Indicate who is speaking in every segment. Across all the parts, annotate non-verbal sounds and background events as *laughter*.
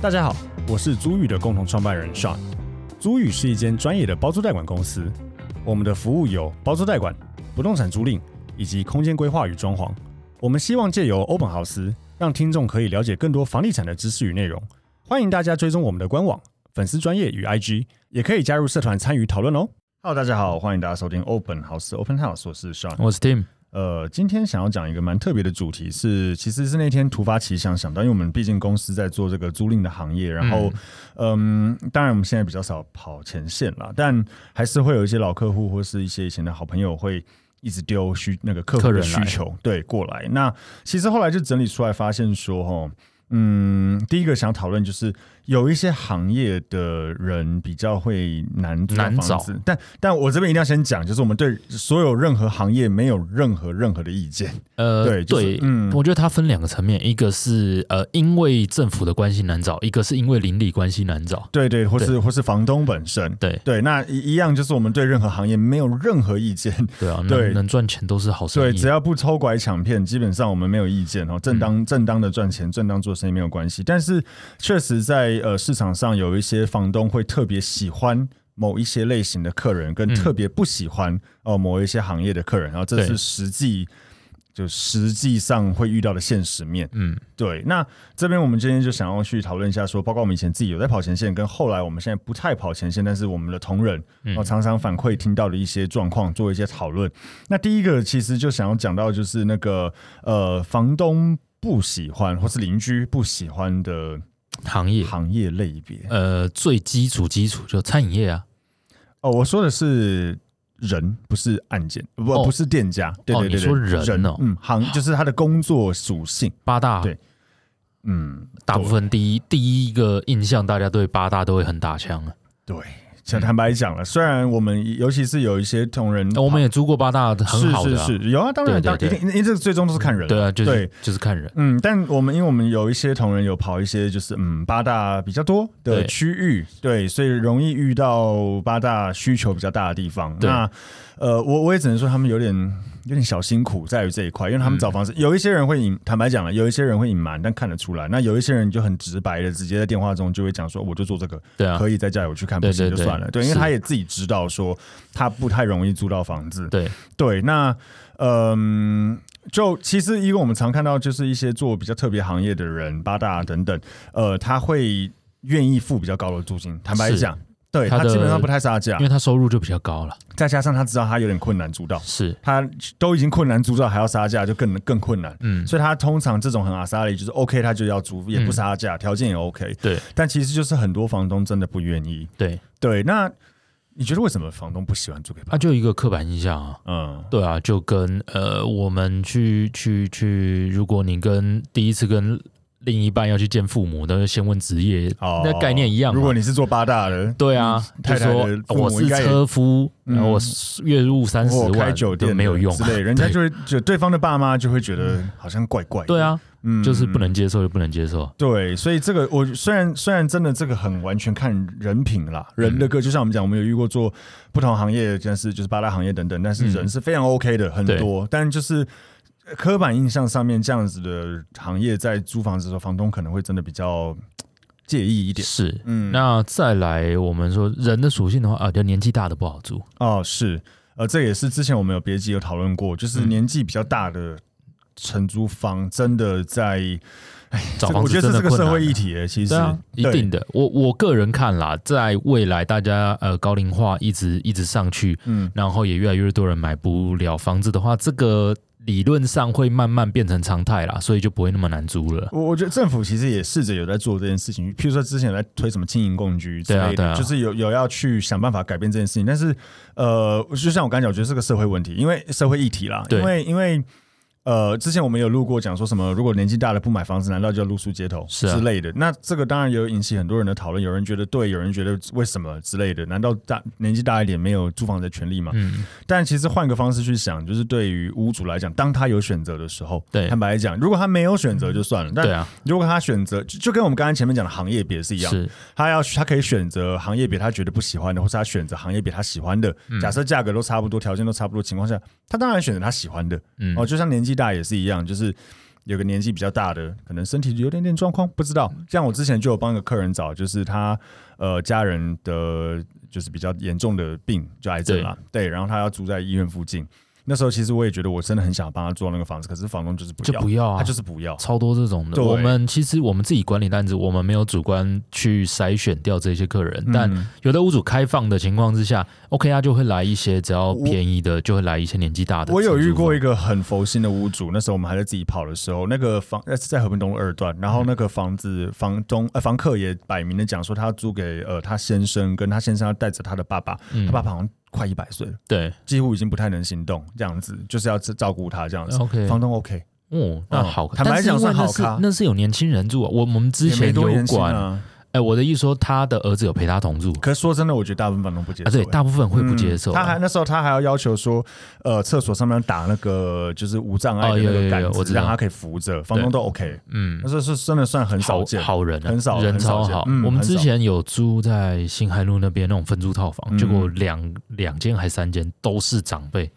Speaker 1: 大家好，我是租宇的共同创办人 Sean。租宇是一间专业的包租代管公司，我们的服务有包租代管、不动产租赁以及空间规划与装潢。我们希望借由欧本豪斯，让听众可以了解更多房地产的知识与内容。欢迎大家追踪我们的官网、粉丝专业与 IG，也可以加入社团参与讨论哦。Hello，大家好，欢迎大家收听 Open House Open House，我是 Sean。
Speaker 2: 我是 Tim，
Speaker 1: 呃，今天想要讲一个蛮特别的主题是，其实是那天突发奇想想到，因为我们毕竟公司在做这个租赁的行业，然后，嗯当然我们现在比较少跑前线啦，但还是会有一些老客户或是一些以前的好朋友会一直丢需那个客户
Speaker 2: 客
Speaker 1: 的
Speaker 2: 人
Speaker 1: 需
Speaker 2: 来
Speaker 1: 求，对，过来。那其实后来就整理出来，发现说，哦，嗯，第一个想讨论就是有一些行业的人比较会难租到
Speaker 2: 难
Speaker 1: 房
Speaker 2: 找
Speaker 1: 子，但但我这边一定要先讲，就是我们对所有任何行业没有任何任何的意见，
Speaker 2: 呃，
Speaker 1: 对就是嗯
Speaker 2: 我觉得它分两个层面，一个是呃因为政府的关系难找，一个是因为邻里关系难找。
Speaker 1: 对对，或是
Speaker 2: 对
Speaker 1: 或是房东本身，
Speaker 2: 对
Speaker 1: 对，那一一样就是我们对任何行业没有任何意见，
Speaker 2: 对啊，
Speaker 1: 对
Speaker 2: 能能赚钱都是好生
Speaker 1: 对，
Speaker 2: 意嗯
Speaker 1: 只。要不偷拐抢骗，基本上我们没有意见哦。正当、正当的赚钱，正当做生意没有关系。但是确实在呃市场上有一些房东会特别喜欢某一些类型的客人，跟
Speaker 2: 嗯
Speaker 1: 特别不喜欢哦、呃某一些行业的客人，然后这是
Speaker 2: 对
Speaker 1: 实际。就实际上会遇到的现实面，
Speaker 2: 嗯，
Speaker 1: 对。那这边我们今天就想要去讨论一下说包括我们以前自己有在跑前线，跟后来我们现在不太跑前线，但是我们的同仁
Speaker 2: 嗯
Speaker 1: 我常常反馈听到的一些状况，做一些讨论。那第一个其实就想要讲到就是那个呃，房东不喜欢或是邻居不喜欢的
Speaker 2: 行业
Speaker 1: 行业类别。
Speaker 2: 呃最基础基础就餐饮业啊，
Speaker 1: 哦，我说的是人，不是案件，不、
Speaker 2: 哦
Speaker 1: 不是店家。对对
Speaker 2: 你
Speaker 1: 对对，
Speaker 2: 说人哦
Speaker 1: 嗯，行就是他的工作属性。
Speaker 2: 八大
Speaker 1: 对嗯，
Speaker 2: 大部分第一第一个印象，大家对八大都会很打枪啊。
Speaker 1: 对。想坦白讲了，虽然我们尤其是有一些同仁，
Speaker 2: 那我们也租过八大哦很好的
Speaker 1: 嗯
Speaker 2: 啊，
Speaker 1: 是是是有啊，当然，
Speaker 2: 对对
Speaker 1: 当一
Speaker 2: 对
Speaker 1: 定，因为这个最终都是看人，
Speaker 2: 对啊，就
Speaker 1: 对
Speaker 2: 是就是看人。
Speaker 1: 嗯，但我们因为我们有一些同仁有跑一些就是嗯八大比较多的
Speaker 2: 对
Speaker 1: 区域，对，所以容易遇到八大需求比较大的地方。
Speaker 2: 对
Speaker 1: 那呃，我我也只能说他们有点有点小辛苦在于这一块，因为他
Speaker 2: 嗯
Speaker 1: 们找房子、有一些人会隐，坦白讲了，有一些人会隐瞒，但看得出来。那有一些人就很直白的，直接在电话中就会讲说，我就做这个，
Speaker 2: 对啊
Speaker 1: 可以再加油去看，不
Speaker 2: 对
Speaker 1: 行
Speaker 2: 对
Speaker 1: 就
Speaker 2: 对
Speaker 1: 算了。对，因为
Speaker 2: 是
Speaker 1: 他也自己知道说他不太容易租到房子，
Speaker 2: 对，
Speaker 1: 对，那嗯，就其实因为我们常看到，就是一些做比较特别行业的人，八大等等，呃，他会愿意付比较高的租金。坦白
Speaker 2: 是
Speaker 1: 讲，对
Speaker 2: 他
Speaker 1: 他
Speaker 2: 的
Speaker 1: 基本上不太杀价
Speaker 2: 因，为他收入就比较高了。
Speaker 1: 再加上他知道他有点困难租到，
Speaker 2: 是，
Speaker 1: 他都已经困难租到，还要杀价，就更更困难。
Speaker 2: 嗯，
Speaker 1: 所以他通常这种很阿萨里，就是 OK，他就要租，也不杀价，条件也 OK。
Speaker 2: 对
Speaker 1: 但其实就是很多房东真的不愿意。
Speaker 2: 对，
Speaker 1: 对，那你觉得为什么房东不喜欢租给
Speaker 2: 他
Speaker 1: 他？
Speaker 2: 啊就一个刻板印象啊。
Speaker 1: 嗯，
Speaker 2: 对啊，就跟呃，我们去去去，如果你跟第一次跟另一半要去见父母，那就先问职业，
Speaker 1: 哦
Speaker 2: 那概念一样嘛。
Speaker 1: 如果你是做八大的，
Speaker 2: 对啊，就
Speaker 1: 嗯太太
Speaker 2: 说
Speaker 1: 的父母
Speaker 2: 我
Speaker 1: 应
Speaker 2: 是
Speaker 1: 该也
Speaker 2: 车夫，
Speaker 1: 嗯
Speaker 2: 然后我月入三十
Speaker 1: 或
Speaker 2: 万，
Speaker 1: 开酒
Speaker 2: 都
Speaker 1: 店
Speaker 2: 没有用
Speaker 1: 之
Speaker 2: *laughs*
Speaker 1: 类，人家
Speaker 2: 对
Speaker 1: 就会就对方的爸妈就会觉得好像怪怪的。
Speaker 2: 对，啊，
Speaker 1: 嗯
Speaker 2: 就是不。能接受就不能接受。
Speaker 1: 对，所以这个我虽然虽然真的这个很完全看人品啦，
Speaker 2: 嗯
Speaker 1: 人的个就像我们讲，我们有遇过做不同行业，但是就是八大行业等等，但
Speaker 2: 嗯
Speaker 1: 是人是非常 OK 的，很多，但就是呃刻板印象上面这样子的行业，在租房子的时候，房东可能会真的比较介意一点。
Speaker 2: 是，
Speaker 1: 嗯，
Speaker 2: 那再来我们说人的属性的话啊，就年纪大的不好住，
Speaker 1: 哦，是，呃，这也是之前我们有别集有讨论过，就是
Speaker 2: 嗯
Speaker 1: 年纪比较大的承租方真的在，
Speaker 2: 找
Speaker 1: 这个
Speaker 2: 房
Speaker 1: 我觉
Speaker 2: 子
Speaker 1: 得
Speaker 2: 真
Speaker 1: 这
Speaker 2: 的
Speaker 1: 是个
Speaker 2: 困
Speaker 1: 社会
Speaker 2: 难
Speaker 1: 议
Speaker 2: 啊。
Speaker 1: 题耶，其实
Speaker 2: 对啊，一定
Speaker 1: 的，
Speaker 2: 的。我我个人看啦，在未来大家呃高龄化一直一直上去，
Speaker 1: 嗯，
Speaker 2: 然后也越来越多人买不了房子的话，这个理论上会慢慢变成常态啦，所以就不会那么难租了。
Speaker 1: 我我觉得政府其实也试着有在做这件事情，譬如说之前有在推什么经营共居之
Speaker 2: 对啊
Speaker 1: 类的，
Speaker 2: 对啊
Speaker 1: 就是有有要去想办法改变这件事情。但是，呃，就像我刚才讲，我觉得是个社会问题，因为社会议题啦，
Speaker 2: 对
Speaker 1: 因为因为。呃，之前我们有录过讲说什么，如果年纪大了不买房子，难道就要露宿街头
Speaker 2: 是啊
Speaker 1: 之类的？那这个当然有引起很多人的讨论，有人觉得对，有人觉得为什么之类的？难道大年纪大一点没有租房的权利吗？
Speaker 2: 嗯，
Speaker 1: 但其实换个方式去想，就是对于屋主来讲，当他有选择的时候，
Speaker 2: 对
Speaker 1: 坦白讲，如果他没有选择就算了，但
Speaker 2: 对啊，
Speaker 1: 如果他选择，就就跟我们刚才前面讲的行业别是一样，
Speaker 2: 是
Speaker 1: 他要他可以选择行业别他觉得不喜欢的，或是他选择行业别他喜欢的。
Speaker 2: 嗯
Speaker 1: 假设价格都差不多，条件都差不多的情况下，他当然选择他喜欢的。
Speaker 2: 嗯
Speaker 1: 哦，就像年纪大也是一样，就是有个年纪比较大的，可能身体有点点状况，不知道。
Speaker 2: 嗯
Speaker 1: 像我之前就有帮一个客人找，就是他呃家人的就是比较严重的病，就癌症啦，对，然后他要住在医院附近。那时候其实我也觉得我真的很想帮他做那个房子，可是房东就是不
Speaker 2: 就
Speaker 1: 要，
Speaker 2: 不要
Speaker 1: 他
Speaker 2: 啊，
Speaker 1: 就是不要。
Speaker 2: 超多这种的。
Speaker 1: 对
Speaker 2: 我们其实我们自己管理的案子，我们没有主观去筛选掉这些客人，但
Speaker 1: 嗯
Speaker 2: 有的屋主开放的情况之下，OK 他就会来一些，只要
Speaker 1: 我
Speaker 2: 便宜的就会来一些年纪大的。
Speaker 1: 嗯我有遇过一
Speaker 2: 个，
Speaker 1: 个很佛心的屋主，那时候我们还在自己跑的时候，那个房呃是在和平东路二段，然后那个房子房东呃房客也摆明的讲说，他要租给呃他先生，跟他先生要带着他的爸爸，
Speaker 2: 嗯
Speaker 1: 他爸爸好像快一百岁了，
Speaker 2: 对
Speaker 1: 几乎已经不太能行动，这样子就是要照照顾他这样子。
Speaker 2: ，OK，
Speaker 1: 房东 OK，
Speaker 2: 哦，那好，
Speaker 1: 坦白
Speaker 2: 但是因
Speaker 1: 讲
Speaker 2: 为
Speaker 1: 算好
Speaker 2: 那是
Speaker 1: 咖
Speaker 2: 那是有年轻人住啊。我我们之
Speaker 1: 也没
Speaker 2: 前
Speaker 1: 多
Speaker 2: 有
Speaker 1: 年轻
Speaker 2: 管，
Speaker 1: 啊。
Speaker 2: 哎，我的意思说他的儿子有陪他同住啊
Speaker 1: 可是说真的，我觉得大部分房东不接受、欸
Speaker 2: 啊，对，大部分会不接受
Speaker 1: 嗯他
Speaker 2: 啊。
Speaker 1: 还那时候他还要要求说，呃，厕所上面打那个就是无障碍
Speaker 2: 哦
Speaker 1: 的那
Speaker 2: 有有
Speaker 1: 个
Speaker 2: 有
Speaker 1: 杆子，
Speaker 2: 我知道
Speaker 1: 让他可以扶着，房东都 OK。
Speaker 2: 嗯
Speaker 1: 那，时候是真的算很少
Speaker 2: 好
Speaker 1: 见，
Speaker 2: 好人啊，
Speaker 1: 很少
Speaker 2: 人
Speaker 1: 很少
Speaker 2: 超
Speaker 1: 见
Speaker 2: 好。
Speaker 1: 嗯
Speaker 2: 我们
Speaker 1: 很
Speaker 2: 之
Speaker 1: 少
Speaker 2: 前有租在新海路那边那种分租套房，
Speaker 1: 嗯
Speaker 2: 结果两两间还三间都是长辈。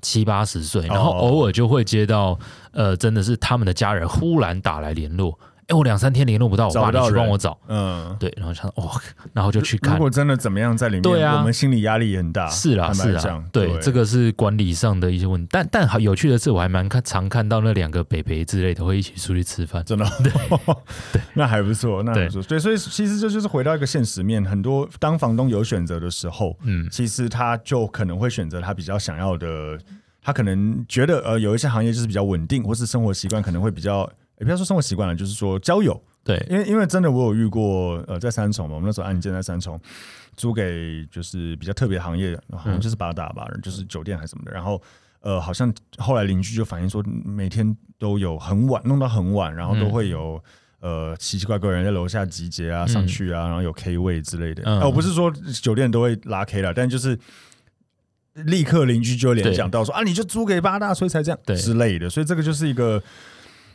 Speaker 2: 七八十岁，然后
Speaker 1: 哦
Speaker 2: 偶尔就会接到，呃，真的是他们的家人忽然打来联络，哎，我两三天联络不到我
Speaker 1: 找
Speaker 2: 爸，
Speaker 1: 不到
Speaker 2: 你去帮
Speaker 1: 人
Speaker 2: 我找，
Speaker 1: 嗯，
Speaker 2: 对，然后想，哦，然后就去
Speaker 1: 如
Speaker 2: 看，
Speaker 1: 果真的怎么样在里面，
Speaker 2: 对啊
Speaker 1: 我们心理压力也很大。
Speaker 2: 是啦，
Speaker 1: 坦白
Speaker 2: 是啦
Speaker 1: 讲，
Speaker 2: 对，这个是管理上的一些问题。但但好有趣的是，我还蛮看常看到那两个北北之类的会一起出去吃饭。
Speaker 1: 真的， *laughs* 那还不错，那还不错。对，所以其实这就是回到一个现实面，很多当房东有选择的时候，
Speaker 2: 嗯，
Speaker 1: 其实他就可能会选择他比较想要的，他可能觉得呃有一些行业就是比较稳定，或是生活习惯可能会比较，也不要说生活习惯了，就是说交友，
Speaker 2: 对，
Speaker 1: 因为因为真的我有遇过呃在三重嘛，我们那时候案件在三重租给就是比较特别行业，好
Speaker 2: 嗯
Speaker 1: 像就是八大吧，就是酒店还是什么的，然后。呃，好像后来邻居就反映说，每天都有很晚，弄到很晚，然后都会有、
Speaker 2: 嗯
Speaker 1: 呃奇奇怪怪的人在楼下集结啊、上去啊，然后有 K 位之类的。
Speaker 2: 嗯
Speaker 1: 呃，我不是说酒店都会拉 K 了，但就是立刻邻居就会联想到说啊，你就租给八大，所以才这样
Speaker 2: 对
Speaker 1: 之类的。所以这个就是一个，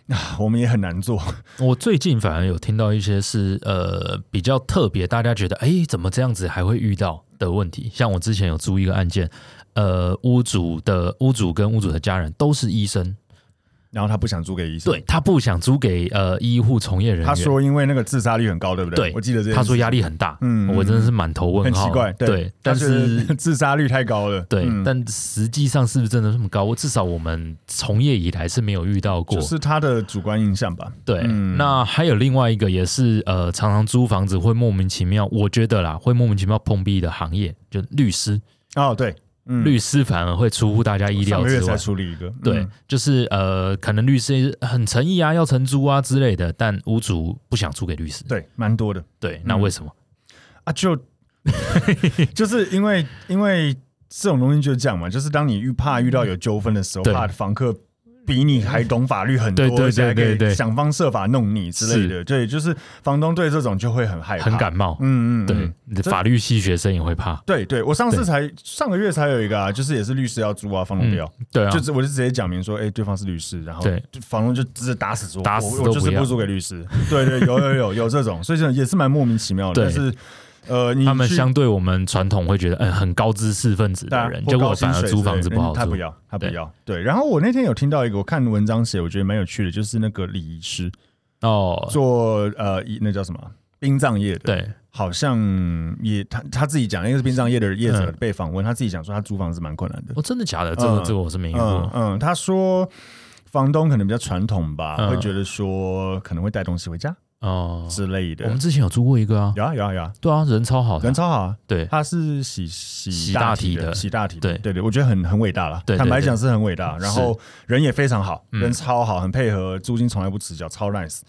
Speaker 1: 啊、我们也很难做。
Speaker 2: 我最近反而有听到一些是呃比较特别，大家觉得哎怎么这样子还会遇到的问题。像我之前有租一个案件，呃，屋主的屋主跟屋主的家人都是医生，
Speaker 1: 然后他不想租给医生，
Speaker 2: 对他不想租给呃医护从业人员，
Speaker 1: 他说因为那个自杀率很高，对不
Speaker 2: 对
Speaker 1: 我记得这件事
Speaker 2: 他说压力很大，
Speaker 1: 嗯
Speaker 2: 我真的是满头问
Speaker 1: 很
Speaker 2: 号，
Speaker 1: 奇怪，
Speaker 2: 对，
Speaker 1: 他
Speaker 2: 但
Speaker 1: 觉得 *laughs*
Speaker 2: 是
Speaker 1: 自杀率太高了，
Speaker 2: 对，
Speaker 1: 嗯
Speaker 2: 但实际上是不是真的这么高？至少我们从业以来是没有遇到过。
Speaker 1: 就是他的主观印象吧。
Speaker 2: 对，
Speaker 1: 嗯
Speaker 2: 那还有另外一个也是呃，常常租房子会莫名其妙，我觉得啦，会莫名其妙碰壁的行业，就律师，
Speaker 1: 哦，对，嗯，哦
Speaker 2: 律师反而会出乎大家意
Speaker 1: 上
Speaker 2: 料
Speaker 1: 个月
Speaker 2: 之
Speaker 1: 才
Speaker 2: 外。
Speaker 1: 处理一个，
Speaker 2: 对，
Speaker 1: 嗯
Speaker 2: 就是呃，可能律师很诚意啊，要承租啊之类的，但屋主不想租给律师。
Speaker 1: 对，蛮多的。
Speaker 2: 对，那为什么？
Speaker 1: 啊，就 *laughs* 就是因为因为这种东西就是这样嘛，就是当你遇怕遇到有纠纷的时候，
Speaker 2: 对
Speaker 1: 怕房客比你还懂法律很多，
Speaker 2: 对对对
Speaker 1: 而且还可以
Speaker 2: 对对对
Speaker 1: 想方设法弄你之类的，对，就是房东对这种就会很害怕，
Speaker 2: 很感冒。
Speaker 1: 嗯，嗯嗯，
Speaker 2: 对，你的法律系学生也会怕。
Speaker 1: 对对，我上次
Speaker 2: 对
Speaker 1: 才上个月才有一个啊，就是也是律师要租啊，房东不要，
Speaker 2: 对啊，
Speaker 1: 就是我就直接讲明说，哎、对方是律师，然后
Speaker 2: 对
Speaker 1: 就房东就直接打死说，
Speaker 2: 打死
Speaker 1: 我
Speaker 2: 都
Speaker 1: 我就是
Speaker 2: 不要
Speaker 1: 不租给律师。对对，有有有有这种，所以这也是蛮莫名其妙的。
Speaker 2: 对
Speaker 1: 但是呃，你
Speaker 2: 他们
Speaker 1: 去
Speaker 2: 相对我们传统会觉得，嗯，很高知识分子
Speaker 1: 对
Speaker 2: 的
Speaker 1: 啊
Speaker 2: 人，
Speaker 1: 或
Speaker 2: 结
Speaker 1: 高
Speaker 2: 果
Speaker 1: 薪
Speaker 2: 反而
Speaker 1: 水
Speaker 2: 租
Speaker 1: 之
Speaker 2: 房
Speaker 1: 类
Speaker 2: 子
Speaker 1: 的
Speaker 2: 不好
Speaker 1: 嗯他
Speaker 2: 租
Speaker 1: 不。要，他不
Speaker 2: 对
Speaker 1: 要。对，然后我那天有听到一个，我看文章写，我觉得蛮有趣的，就是那个礼仪师
Speaker 2: 哦，
Speaker 1: 做呃，一那叫什么殡葬业的，
Speaker 2: 对，
Speaker 1: 好像也他他自己讲，因为是殡葬业的业者
Speaker 2: 嗯
Speaker 1: 被访问，他自己讲说他租房子蛮困难的。
Speaker 2: 哦，真的假的？这个
Speaker 1: 嗯
Speaker 2: 这个我是没遇
Speaker 1: 嗯
Speaker 2: 过。
Speaker 1: 嗯，他说房东可能比较传统吧，
Speaker 2: 嗯
Speaker 1: 会觉得说可能会带东西回家
Speaker 2: 哦，
Speaker 1: 之类
Speaker 2: 我们
Speaker 1: 的。
Speaker 2: 之前有租过一个啊，
Speaker 1: 有啊有啊有啊，
Speaker 2: 对啊，人超好的
Speaker 1: 人
Speaker 2: 啊，
Speaker 1: 超好啊，
Speaker 2: 对
Speaker 1: 他是洗洗
Speaker 2: 洗大
Speaker 1: 大
Speaker 2: 体
Speaker 1: 的，
Speaker 2: 的
Speaker 1: 洗大体的
Speaker 2: 对
Speaker 1: 对对，我觉得很很伟大了
Speaker 2: 对对。
Speaker 1: 坦白讲是很伟大，然后人也非常好，
Speaker 2: 嗯
Speaker 1: 人超好，很配合，租金从来不迟缴，超 nice。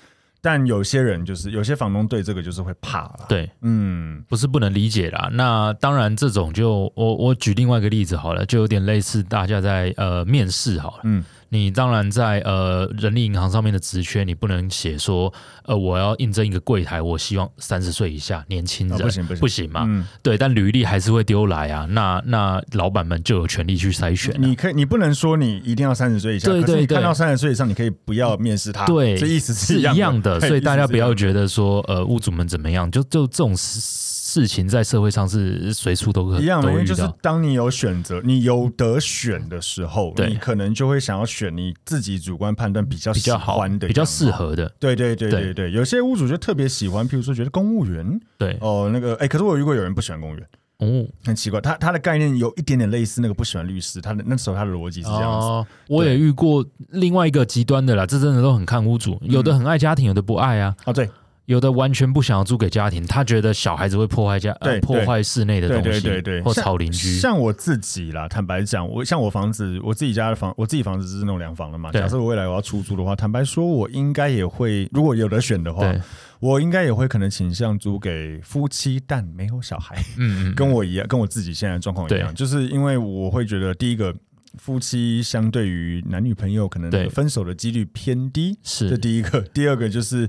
Speaker 1: 但有些人就是有些房东对这个就是会怕了，
Speaker 2: 对，
Speaker 1: 嗯，
Speaker 2: 不是不能理解啦。那当然，这种就我我举另外一个例子好了，就有点类似大家在呃面试好了，
Speaker 1: 嗯，
Speaker 2: 你当然在呃人力银行上面的职缺，你不能写说呃我要应征一个柜台，我希望三十岁以下年轻
Speaker 1: 啊
Speaker 2: 人，
Speaker 1: 不行不行
Speaker 2: 不行嘛，
Speaker 1: 嗯，
Speaker 2: 对，但履历还是会丢来啊。那那老板们就有权利去筛选、啊。
Speaker 1: 你可以，你不能说你一定要三十岁以下，
Speaker 2: 对
Speaker 1: 可是你
Speaker 2: 对对
Speaker 1: 看到三十岁以上，你可以不要面试他，
Speaker 2: 对，
Speaker 1: 啊 *laughs* 这意思
Speaker 2: 是
Speaker 1: 一样
Speaker 2: 的，所以大家不要
Speaker 1: 觉
Speaker 2: 觉得说呃屋主们怎么样，就就这种时事情在社会上是随处都可
Speaker 1: 一样
Speaker 2: 呃都
Speaker 1: 的，因
Speaker 2: 会
Speaker 1: 为
Speaker 2: 遇
Speaker 1: 就是
Speaker 2: 到。
Speaker 1: 当你有选择，你有得选的时候，
Speaker 2: 对
Speaker 1: 你可能就会想要选你自己主观判断比较
Speaker 2: 比较
Speaker 1: 喜
Speaker 2: 好
Speaker 1: 欢，的，
Speaker 2: 比较适。合的，
Speaker 1: 对对对
Speaker 2: 对
Speaker 1: 对对，有些屋主就特别喜欢，譬如说觉得公务员
Speaker 2: 对，
Speaker 1: 哦，那个哎，可是我遇过有人不喜欢公务员，
Speaker 2: 哦，
Speaker 1: 很奇怪，他他的概念有一点点类似那个不喜欢律师，他的那时候他的逻辑是这样子。
Speaker 2: 哦，我也遇过另外一个极端的啦，这真的都很看屋
Speaker 1: 嗯
Speaker 2: 主，有的很爱家庭，有的不爱啊，
Speaker 1: 啊，对
Speaker 2: 有的完全不想要租给家庭，他觉得小孩子会破坏家，呃
Speaker 1: 对
Speaker 2: 破
Speaker 1: 对
Speaker 2: 坏室内的
Speaker 1: 对
Speaker 2: 东
Speaker 1: 对
Speaker 2: 西，
Speaker 1: 对对，
Speaker 2: 或
Speaker 1: 像
Speaker 2: 吵邻居，
Speaker 1: 像我自己啦，坦白讲，我像我房子，我自己家的房，我自己房子是那种两房的嘛。
Speaker 2: 对
Speaker 1: 假设我未来我要出租的话，坦白说，我应该也会，如果有得选的话，
Speaker 2: 对，
Speaker 1: 我应该也会可能倾向租给夫妻但没有小孩，
Speaker 2: 嗯嗯，
Speaker 1: 跟我一样，跟我自己现在的状况一样，就是因为我会觉得第一个。夫妻相对于男女朋友，可能
Speaker 2: 对
Speaker 1: 分手的几率偏低，这
Speaker 2: 是
Speaker 1: 第一个。 *laughs* 第二个就是，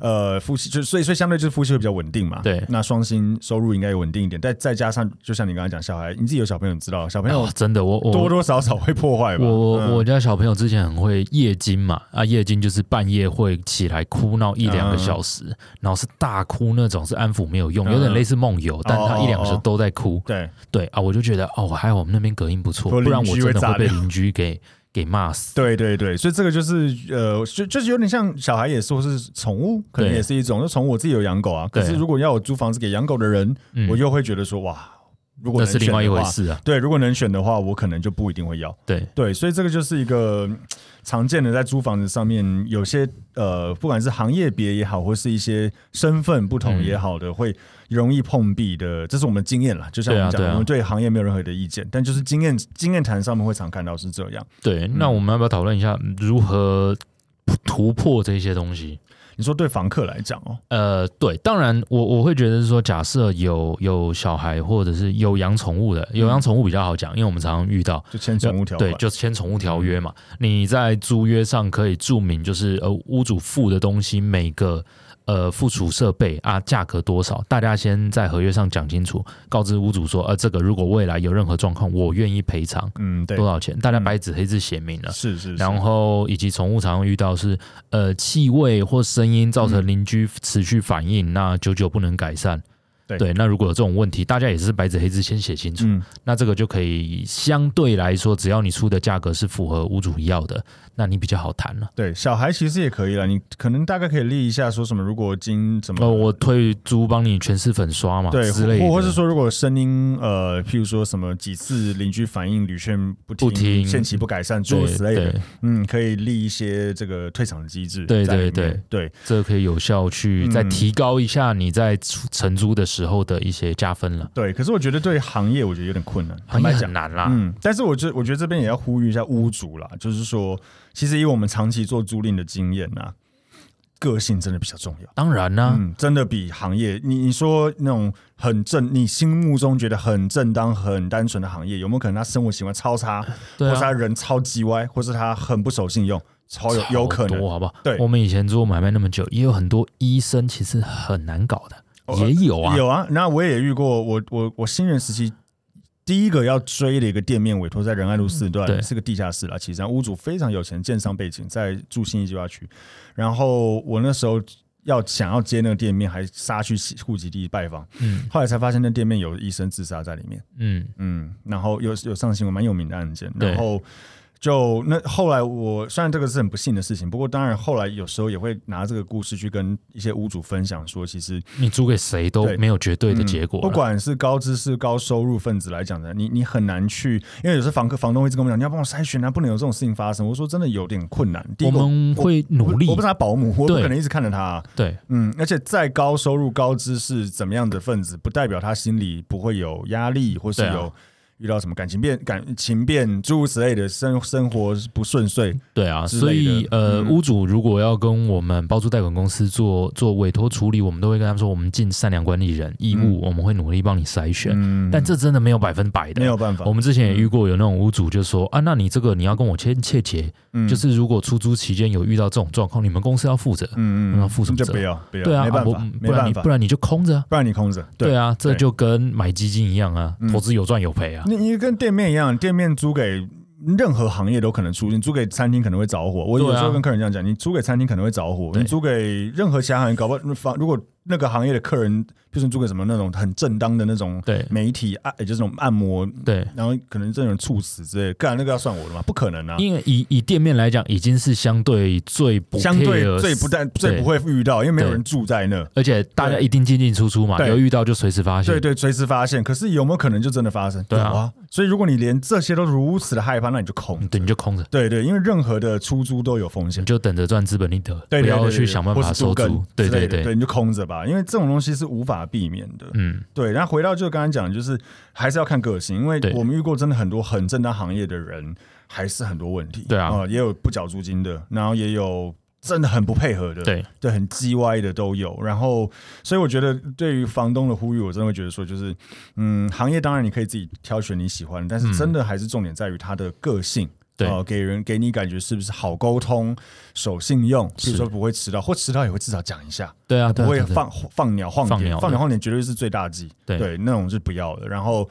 Speaker 1: 呃，夫妻就所以所以相对就是夫妻会比较稳定嘛。
Speaker 2: 对
Speaker 1: 那双薪收入应该也稳定一点，再再加上就像你刚才讲，小孩你自己有小朋友，你知道小朋友
Speaker 2: 哦，真的，我我
Speaker 1: 多多少少会破坏吧。
Speaker 2: 我
Speaker 1: 嗯
Speaker 2: 我我家小朋友之前很会夜惊嘛，啊，夜惊就是半夜会起来哭闹一两个小时，然后是大哭那种，是安抚没有用，
Speaker 1: 嗯哦
Speaker 2: 有点类似梦游，但他一两个小时都在哭。
Speaker 1: 对
Speaker 2: 对啊，我就觉得哦，还好我们那边隔音不错，
Speaker 1: 不
Speaker 2: 不
Speaker 1: 然
Speaker 2: 然我真的会
Speaker 1: 邻居
Speaker 2: 被
Speaker 1: 会炸掉
Speaker 2: 邻居给给骂死。
Speaker 1: 对对对，所以这个就是呃，就就是有点像小孩也说是宠物，可能
Speaker 2: 对
Speaker 1: 也是一种。就宠物我自己有养狗啊，可
Speaker 2: 对
Speaker 1: 是如果要我租房子给养狗的人，
Speaker 2: 嗯
Speaker 1: 我又会觉得说哇，如果
Speaker 2: 那
Speaker 1: 能
Speaker 2: 是
Speaker 1: 选
Speaker 2: 另外一
Speaker 1: 的
Speaker 2: 回
Speaker 1: 话。
Speaker 2: 事啊。
Speaker 1: 对，如果能选的话，我可能就不一定会要。
Speaker 2: 对，
Speaker 1: 对，所以这个就是一个嗯常见的在租房子上面，有些呃，不管是行业别也好，或是一些身份不
Speaker 2: 嗯
Speaker 1: 同也好的，会容易碰壁的，这是我们经验啦。就像我们
Speaker 2: 对啊
Speaker 1: 讲，
Speaker 2: 对啊
Speaker 1: 我们对行业没有任何的意见，但就是经验经验谈上面会常看到是这样。
Speaker 2: 对，那我们要不要讨论一下嗯如何突破这些东西？
Speaker 1: 你说对房客来讲哦，
Speaker 2: 呃，对，当然我我会觉得是说，假设有有小孩或者是有养宠物的，有养宠物比较好讲，因为我们常常遇到。
Speaker 1: 就签嗯宠物条款，
Speaker 2: 对，就是签宠物条约嘛。你在租约上可以注明，就是呃屋主付的东西每个呃附属设备啊价格多少，大家先在合约上讲清楚，告知屋主说，呃，这个如果未来有任何状况，我愿意赔偿
Speaker 1: 嗯，对
Speaker 2: 多，少钱，大家白纸黑字写明了。
Speaker 1: 是是是，
Speaker 2: 然后以及宠物常遇到是呃气味或声音造成邻居持续反应，那久久不能改善。
Speaker 1: 嗯对
Speaker 2: 那如果有这种问题，大家也是白纸黑字先写清楚。
Speaker 1: 嗯，
Speaker 2: 那这个就可以相对来说，只要你出的价格是符合屋主要的，那你比较好谈了。
Speaker 1: 对，小孩其实也可以了，你可能大概可以列一下，说什么如果经怎么
Speaker 2: 哦，我退租帮你全是粉刷嘛，
Speaker 1: 嗯对，
Speaker 2: 之类的，
Speaker 1: 或或是说，如果声音呃，譬如说什么几次邻居反映屡劝不听，
Speaker 2: 不听
Speaker 1: 限期不改善，诸
Speaker 2: 对
Speaker 1: 如此类的，
Speaker 2: 对，
Speaker 1: 嗯，可以立一些这个退场机制
Speaker 2: 对
Speaker 1: 在里面。
Speaker 2: 对
Speaker 1: 对
Speaker 2: 这个可以有效去
Speaker 1: 嗯
Speaker 2: 再提高一下你在出承租的时候的一些加分了，
Speaker 1: 对，可是我觉得对行业，我觉得有点困难。嗯坦
Speaker 2: 行
Speaker 1: 白
Speaker 2: 业
Speaker 1: 讲
Speaker 2: 很，难啦。
Speaker 1: 嗯，但是我觉我觉得这边也要呼吁一下屋主啦，就是说，其实以我们长期做租赁的经验啊，个性真的比较重要。
Speaker 2: 当然啦、
Speaker 1: 嗯，真的比行业，你你说那种很正，你心目中觉得很正当、很单纯的行业，有没有可能他生活习惯超差，
Speaker 2: 对
Speaker 1: 或是他
Speaker 2: 啊，
Speaker 1: 人超级歪，或是他很不守信用，超有有可能
Speaker 2: 多好不好？
Speaker 1: 对
Speaker 2: 我们以前做买卖那么久，也有很多医生其实很难搞的，
Speaker 1: 哦
Speaker 2: 也有啊，
Speaker 1: 有啊。那我也遇过，我我我新人时期第一个要追的一个店面委托在仁爱路四
Speaker 2: 嗯对
Speaker 1: 段，是个地下室啦。其实屋主非常有钱，建商背景，在住新一计划区。然后我那时候要想要接那个店面，还杀去户籍地拜访，
Speaker 2: 嗯
Speaker 1: 后来才发现那店面有医生自杀在里面。
Speaker 2: 嗯，
Speaker 1: 嗯，然后有有上新闻，蛮有名的案件。
Speaker 2: 对
Speaker 1: 然后就那后来我虽然这个是很不幸的事情，不过当然后来有时候也会拿这个故事去跟一些屋主分享说，其实
Speaker 2: 你租给谁都
Speaker 1: 对
Speaker 2: 没有绝对的
Speaker 1: 嗯
Speaker 2: 结果啦、
Speaker 1: 不管是高知识、高收入分子来讲的，你你很难去，因为有时候房客房东会一直跟我们讲，你要帮我筛选啊，不能有这种事情发生。我说真的有点困难。第一
Speaker 2: 我
Speaker 1: 个
Speaker 2: 们会努力
Speaker 1: 我不是他保姆，我不
Speaker 2: 对
Speaker 1: 可能一直看着他啊、
Speaker 2: 对，
Speaker 1: 嗯，而且再高收入、高知识怎么样的分子，不代表他心里不会有压力，或是
Speaker 2: 对啊
Speaker 1: 有遇到什么感情变、感情变诸如此类的生生活不顺遂。
Speaker 2: 对啊，
Speaker 1: 之
Speaker 2: 所
Speaker 1: 类的
Speaker 2: 以呃，
Speaker 1: 嗯
Speaker 2: 屋主如果要跟我们包租代管公司做做委托处理，我们都会跟他们说，我们尽善良管理人义务，我们会努力帮你筛选。
Speaker 1: 嗯，
Speaker 2: 但这真的没有百分百的，
Speaker 1: 没有办法
Speaker 2: 我，们之前也遇过有那种屋主就说啊，那你这个你要跟我签切结，
Speaker 1: 嗯
Speaker 2: 就是如果出租期间有遇到这种状况，你们公司要负责。
Speaker 1: 嗯
Speaker 2: 那负什么
Speaker 1: 就
Speaker 2: 责
Speaker 1: 不要不要，
Speaker 2: 对啊，
Speaker 1: 没
Speaker 2: 啊
Speaker 1: 办
Speaker 2: 不
Speaker 1: 法，没
Speaker 2: 不然
Speaker 1: 办
Speaker 2: 你
Speaker 1: 法
Speaker 2: 不，然你就空着啊。
Speaker 1: 不然你空着。
Speaker 2: 对啊，这
Speaker 1: 对嗯
Speaker 2: 就跟买基金一样啊，投资有赚有赔啊。
Speaker 1: 你你跟店面一样，店面租给任何行业都可能出现，租给餐厅可能会着火。我有
Speaker 2: 对啊
Speaker 1: 时候跟客人这样讲，你租给餐厅可能会着火，
Speaker 2: 对
Speaker 1: 你租给任何其他行业，搞不好房如果那个行业的客人，就是租给什么那种很正当的那种
Speaker 2: 对
Speaker 1: 媒体按，也就是那种按摩，
Speaker 2: 对，
Speaker 1: 然后可能这种猝死之类的，干那个要算我的吗？不可能啊！
Speaker 2: 因为以以店面来讲，已经是相对最不
Speaker 1: 相对
Speaker 2: care
Speaker 1: 最不但最不会遇到，因为没有人住在那。
Speaker 2: 而且大家
Speaker 1: 对
Speaker 2: 一定进进出出嘛，
Speaker 1: 对
Speaker 2: 有遇到就随时发现。
Speaker 1: 对对，随时发现。可是有没有可能就真的发生？
Speaker 2: 对啊
Speaker 1: 有啊。所以如果你连这些都如此的害怕，那你就空。
Speaker 2: 嗯对，你就空着，
Speaker 1: 对对，因为任何的出租都有风
Speaker 2: 你
Speaker 1: 险，
Speaker 2: 就等着赚资本利得，
Speaker 1: 对
Speaker 2: 不
Speaker 1: 对对
Speaker 2: 要
Speaker 1: 对
Speaker 2: 去想办
Speaker 1: 或
Speaker 2: 法
Speaker 1: 是
Speaker 2: 收
Speaker 1: 租跟
Speaker 2: 租。对
Speaker 1: 之类
Speaker 2: 对
Speaker 1: 的
Speaker 2: 对，
Speaker 1: 对，你就空着吧，因为这种东西是无法避免的。
Speaker 2: 嗯，
Speaker 1: 对，然后回到就刚才讲，就是还是要看个性，因为
Speaker 2: 对
Speaker 1: 我们遇过真的很多很正当行业的人，还是很多问题。
Speaker 2: 对啊
Speaker 1: 呃也有不缴租金的，然后也有真的很不配合的，
Speaker 2: 对
Speaker 1: 对，很叽歪的都有。然后，所以我觉得对于房东的呼吁，我真的会觉得说，就是嗯，行业当然你可以自己挑选你喜欢的，但是真的还是重点在于他的个性。
Speaker 2: 嗯对
Speaker 1: 呃给人给你感觉是不是好沟通、守信用？比如
Speaker 2: 是
Speaker 1: 说不会迟到，或迟到也会至少讲一下。
Speaker 2: 对啊，对
Speaker 1: 不
Speaker 2: 啊
Speaker 1: 会
Speaker 2: 对对
Speaker 1: 放放鸟晃
Speaker 2: 放
Speaker 1: 点，
Speaker 2: 鸟
Speaker 1: 放
Speaker 2: 的
Speaker 1: 鸟晃点绝对是最大忌，
Speaker 2: 对
Speaker 1: 那种是不要的。然后，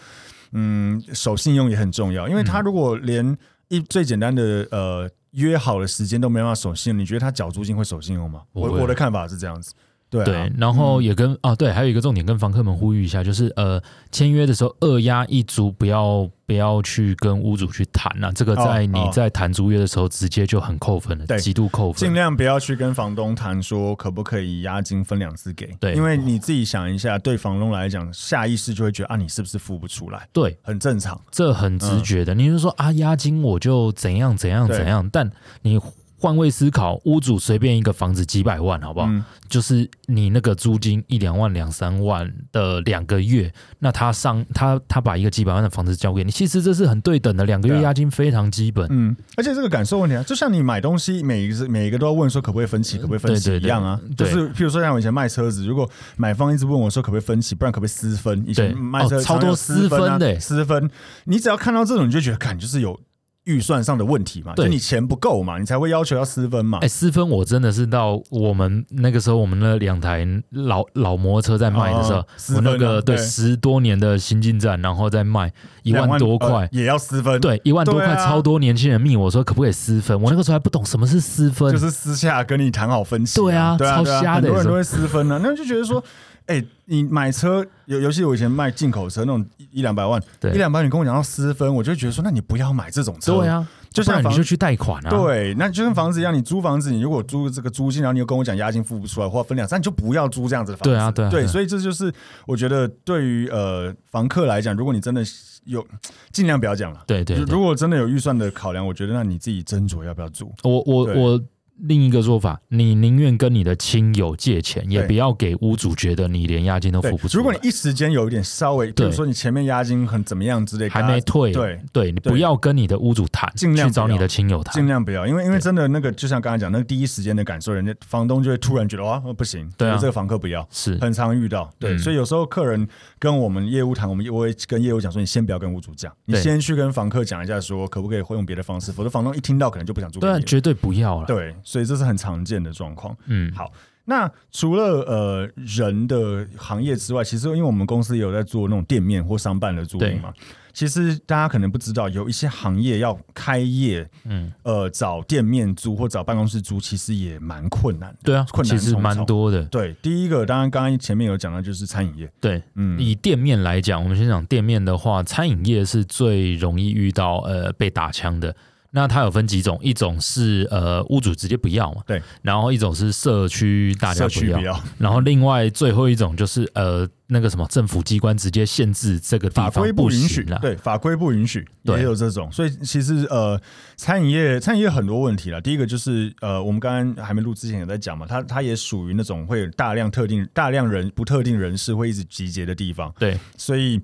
Speaker 1: 嗯，守信用也很重要，因为
Speaker 2: 嗯
Speaker 1: 他如果连一最简单的呃约好的时间都没办法守信用，你觉得他缴租金会守信用吗？
Speaker 2: 不
Speaker 1: 我
Speaker 2: 会
Speaker 1: 我的看法是这样子，对啊
Speaker 2: 对，然后也跟啊，对，还有一个重点跟房客们呼吁一下，就是呃，签约的时候二押一租，不要不要去跟屋主去谈啊，这个
Speaker 1: 哦
Speaker 2: 在你
Speaker 1: 哦
Speaker 2: 在谈租约的时候直接就很扣分了，
Speaker 1: 对
Speaker 2: 极度扣
Speaker 1: 尽
Speaker 2: 分。
Speaker 1: 量不要去跟房东谈说可不可以押金分两次给，
Speaker 2: 对
Speaker 1: 因为你自己想一下，对房东来讲，下意识就会觉得啊，你是不是付不出来，
Speaker 2: 对，
Speaker 1: 很正常。
Speaker 2: 这很直觉的。你就说啊，押金我就怎样怎样
Speaker 1: 嗯对
Speaker 2: 怎样，但你换位思考，屋主随便一个房子几百万，好不好？
Speaker 1: 嗯
Speaker 2: 就是你那个租金一两万、两三万的两个月，那他上他他把一个几百万的房子交给你，其实这是很对等的，两个月
Speaker 1: 对啊
Speaker 2: 押金非常基本。
Speaker 1: 嗯，而且这个感受问题啊，就像你买东西，每一个每一个都要问说可不可以分期，可不可以分期
Speaker 2: 呃对对
Speaker 1: 一
Speaker 2: 对
Speaker 1: 样啊。就
Speaker 2: 对
Speaker 1: 是譬如说像我以前卖车子，如果买方一直问我说可不可以分期，不然可不可以私分？以前
Speaker 2: 对
Speaker 1: 卖车
Speaker 2: 哦超多
Speaker 1: 私分
Speaker 2: 私分
Speaker 1: 啊
Speaker 2: 的欸
Speaker 1: 私分。你只要看到这种，你就觉得，感就是有预算上的问题嘛，就
Speaker 2: 对
Speaker 1: 你钱不够嘛，你才会要求要私分嘛
Speaker 2: 哎、。私分我真的是到我们那个时候，我们那两台老老摩托车在卖的时候，
Speaker 1: 哦私
Speaker 2: 我
Speaker 1: 分啊
Speaker 2: 那个对
Speaker 1: 对
Speaker 2: 十多年的新进站，然后再卖一万多块，
Speaker 1: 呃也要私分，，
Speaker 2: 对，一万多块，
Speaker 1: 对啊
Speaker 2: 超多年轻人密我说可不可以私分，我那个时候还不懂什么是私分，
Speaker 1: 就是私下跟你谈好分期、
Speaker 2: 对啊
Speaker 1: 对啊，
Speaker 2: 超
Speaker 1: 对啊很
Speaker 2: 瞎的
Speaker 1: 多人
Speaker 2: 有时候
Speaker 1: 都会私分
Speaker 2: *laughs*
Speaker 1: 啊，那就觉得说。哎、你买车，尤尤其我以前卖进口车那种一一两百万，
Speaker 2: 对
Speaker 1: 一两百万，你跟我讲到私分，我就会觉得说，那你不要买这种车。
Speaker 2: 对，啊，
Speaker 1: 就像
Speaker 2: 不然
Speaker 1: 房
Speaker 2: 你就去贷款啊，
Speaker 1: 对，那就跟房子一样，你租房子，你如果租这个租金，然后你又跟我讲押金付不出来，或者分两三，你就不要租这样子的房子。
Speaker 2: 对啊对啊对啊
Speaker 1: 所以这就是我觉得对于呃房客来讲，如果你真的有，尽量不要讲了。
Speaker 2: 对对对
Speaker 1: 如果真的有预算的考量，我觉得那你自己斟酌要不要租。
Speaker 2: 我我
Speaker 1: 对
Speaker 2: 我另一个做法，你宁愿跟你的亲友借钱，也
Speaker 1: 对
Speaker 2: 不要给屋主觉得你连押金都
Speaker 1: 对
Speaker 2: 付不，出来，
Speaker 1: 如果你一时间有一点稍微，比如
Speaker 2: 对
Speaker 1: 说你前面押金很怎么样之类，
Speaker 2: 还没
Speaker 1: 大家
Speaker 2: 退，
Speaker 1: 对，
Speaker 2: 你
Speaker 1: 对
Speaker 2: 不要跟你的屋主谈，
Speaker 1: 尽量
Speaker 2: 去找
Speaker 1: 不要
Speaker 2: 你的亲友
Speaker 1: 尽
Speaker 2: 谈，
Speaker 1: 量不要，因为因为
Speaker 2: 对
Speaker 1: 真的那个，就像刚才讲，那个第一时间的感受，人家房东就会突然觉得哇、不行，
Speaker 2: 对啊
Speaker 1: 这个房客不要，
Speaker 2: 是
Speaker 1: 很常遇到，对，
Speaker 2: 嗯
Speaker 1: 所以有时候客人跟我们业务谈，我们也我会跟业务讲说，你先不要跟屋主讲，你
Speaker 2: 对
Speaker 1: 先去跟房客讲一下，说可不可以会用别的方式，否则房东一听到可能就不想租给
Speaker 2: 对
Speaker 1: 你
Speaker 2: 啊，
Speaker 1: 了。
Speaker 2: 绝对不要了，
Speaker 1: 对，所以这是很常见的状况。
Speaker 2: 嗯，
Speaker 1: 好那除了呃人的行业之外，其实因为我们公司也有在做那种店面或商办的租赁嘛，其实大家可能不知道，有一些行业要开业，
Speaker 2: 嗯，
Speaker 1: 呃，找店面租或找办公室租，其实也蛮困难的。
Speaker 2: 对啊，
Speaker 1: 困难
Speaker 2: 其实
Speaker 1: 重
Speaker 2: 蛮
Speaker 1: 重
Speaker 2: 多的，
Speaker 1: 对，第一个当然刚刚前面有讲到就是餐饮业，
Speaker 2: 对，
Speaker 1: 嗯，
Speaker 2: 以店面来讲，我们先讲店面的话，餐饮业是最容易遇到呃被打枪的。那它有分几种，一种是呃屋主直接不要嘛，
Speaker 1: 对，
Speaker 2: 然后一种是社区大家
Speaker 1: 社
Speaker 2: 不
Speaker 1: 区
Speaker 2: 要，
Speaker 1: 比较
Speaker 2: 然后另外最后一种就是呃那个什么政府机关直接限制这个地
Speaker 1: 法
Speaker 2: 方
Speaker 1: 规不允许
Speaker 2: 行啦，，
Speaker 1: 对，法规不允许，
Speaker 2: 对
Speaker 1: 也有这种。所以其实呃，餐饮业餐饮业很多问题啦。第一个就是呃，我们刚刚还没录之前有在讲嘛，它它也属于那种会有大量特定大量人不特定人士会一直集结的地方，
Speaker 2: 对
Speaker 1: 所以。